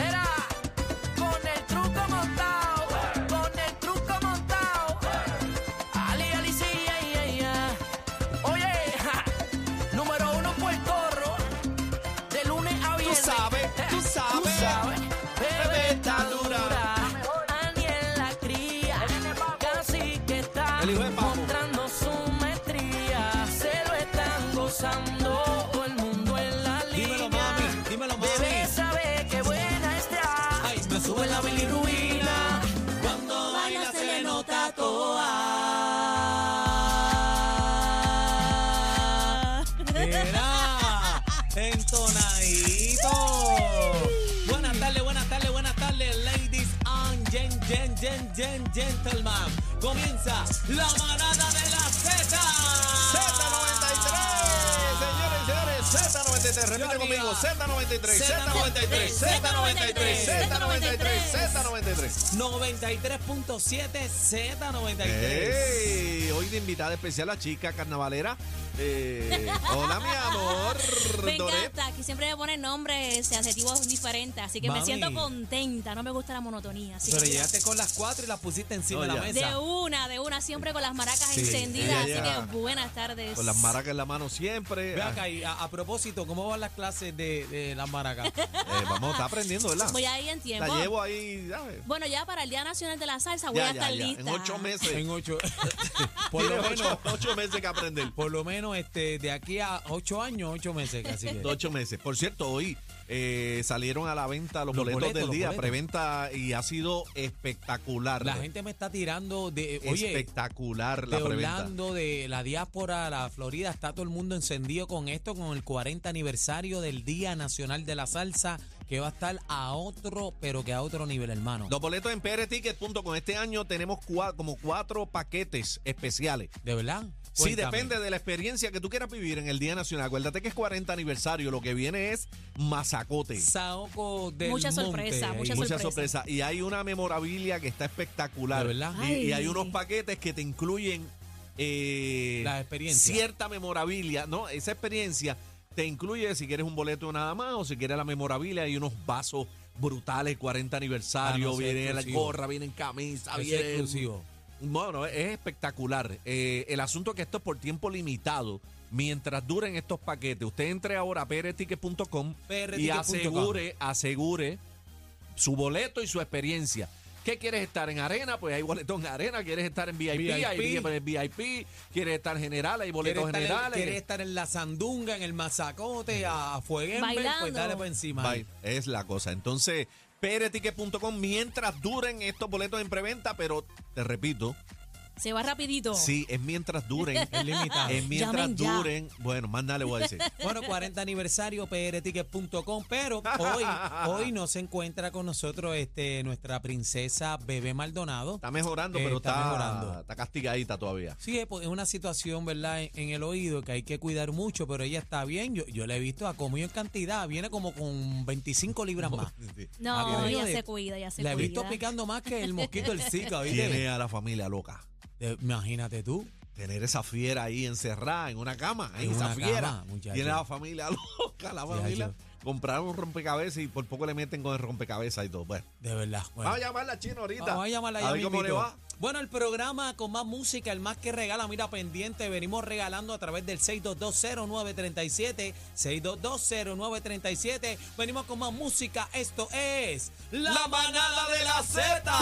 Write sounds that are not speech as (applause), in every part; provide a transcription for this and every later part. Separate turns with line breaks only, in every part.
Era con el truco montado. Con el truco montado. Ali, Ali, sí, ay, ay, ay. Oye, ja. número uno Puerto Rico. De lunes a viernes.
sabes, tú sabes.
Bebé está dura. Aniel la cría. Casi que está
El hijo de Papo.
mostrando su maestría. Se lo están gozando. Todo el mundo en la liga.
Dímelo, mami, dímelo, mami.
Bebé sabe que buena está.
Ay, me sube la bilirrubina. Cuando baila se le nota toa. Mira, entonadito. Buenas tardes, buenas tardes, buenas tardes, ladies and gen, gen, gen, gen, gentlemen. Comienza la manada de la Z.
Z93, señores y señores, Z93, repite
Yo
conmigo, Z93,
Z93,
Z93, Z93, Z93, Z93.
93.7 Z93.
Ey, Hoy de invitada especial la chica carnavalera. Eh,
(laughs)
hola, mi amor.
Me
Doret.
encanta, que siempre le ponen nombres, adjetivos diferentes, así que
Mami.
me siento contenta, no me gusta la monotonía. Así
Pero
que
llegaste con las cuatro y las pusiste encima de
No,
la
ya.
mesa.
de una, de una, siempre con las maracas
Sí,
encendidas,
ella ya-
así que buenas tardes.
Con las maracas en la mano siempre.
Ve acá, y a, a propósito, ¿cómo van las clases de, de las maracas?
Ah, eh, vamos, está aprendiendo, ¿verdad?
Voy ahí en
La
tiempo.
llevo ahí, ¿sabes?
Bueno, ya para el Día Nacional de la Salsa voy a
Ya,
estar
ya, ya.
lista.
En ocho meses.
en
(laughs)
ocho. por,
Tiene
lo menos,
ocho, ocho meses que aprender.
por lo menos este, de aquí a ocho años, ocho meses casi. que.
De ocho meses. Por cierto, hoy eh, salieron a la venta los,
Los
boletos,
boletos,
del
los
día,
boletos.
preventa, y ha sido espectacular.
La gente me está tirando de. eh, Oye,
espectacular
de
la preventa.
Orlando, de la diáspora, la Florida, está todo el mundo encendido con esto, con el 40 aniversario del Día Nacional de la Salsa, que va a estar a otro, pero que a otro nivel, hermano.
Los boletos en prticket.com. Este año tenemos cua- como cuatro paquetes especiales.
¿De verdad?
Sí,
Cuéntame.
depende de la experiencia que tú quieras vivir en el Día Nacional. Acuérdate que es 40 aniversario, lo que viene es mazacote.
Saoco del
Mucha
Monte,
sorpresa,
ahí.
mucha
Mucha
sorpresa.
sorpresa. Y hay una memorabilia que está espectacular.
De verdad.
Y, y
Ay.
hay unos paquetes que te incluyen eh,
Las experiencias.
cierta memorabilia. No, esa experiencia te incluye si quieres un boleto nada más o si quieres la memorabilia y unos vasos brutales, 40 aniversario,
Ah, no, eso es
viene la
exclusivo.
gorra, vienen camisa,
Eso es
vienen
exclusivo.
bueno, es espectacular. Eh, el asunto es que esto es por tiempo limitado. Mientras duren estos paquetes, usted entre ahora a prticket.com y
prticket.com.
asegure, asegure su boleto y su experiencia. ¿Qué quieres estar en arena? Pues hay boletos en arena. ¿Quieres estar en VIP? Hay
VIP.
billetes en VIP. ¿Quieres estar general? eh. Hay
¿Quieres
boletos
estar, en,
generales.
quieres estar en la sandunga, en el mazacote, a, a Fueguembe, pues
Bailando.
dale por encima.
Bye. Es la cosa. Entonces, prticket.com mientras duren estos boletos en preventa, pero te repito,
Se va rapidito.
sí, es mientras duren.
(laughs) Es limitado.
Es mientras
Llamen ya.
duren. Bueno, más nada le voy a decir.
Bueno, 40 aniversario, prticket.com, pero hoy, hoy no se encuentra con nosotros este, nuestra princesa Bebé Maldonado.
Está
(laughs)
mejorando,
Eh,
pero
está
está,
mejorando.
está castigadita todavía.
Sí, es pues, es una situación, ¿verdad?, en, en el oído que hay que cuidar mucho, pero ella está bien. Yo, yo la he visto, ha comido en cantidad, viene como con 25 libras más.
No,
Ah,
ya
de-
se cuida, ya se
La he
cuida.
visto picando más que el mosquito del Zika, ¿viste?
Tiene a la familia loca.
De- imagínate tú.
Tener esa fiera ahí encerrada en una cama, ahí
En
esa
una
fiera.
cama, muchacho.
Tiene a la familia (laughs) loca, la
Ya,
familia. Compraron un rompecabezas y por poco le meten con el rompecabezas y todo. Bueno,
De verdad. bueno.
vamos a llamarla chino ahorita.
Vamos a llamarla ya
A ver cómo le
mismito.
va.
Bueno, el programa con más música, el más que regala, mira pendiente, venimos regalando a través del 6220937, 6220937. Venimos con más música, esto es La Manada de la Z.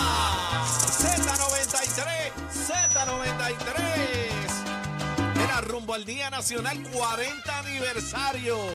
Z93, Z93. Era rumbo al Día Nacional 40 aniversario.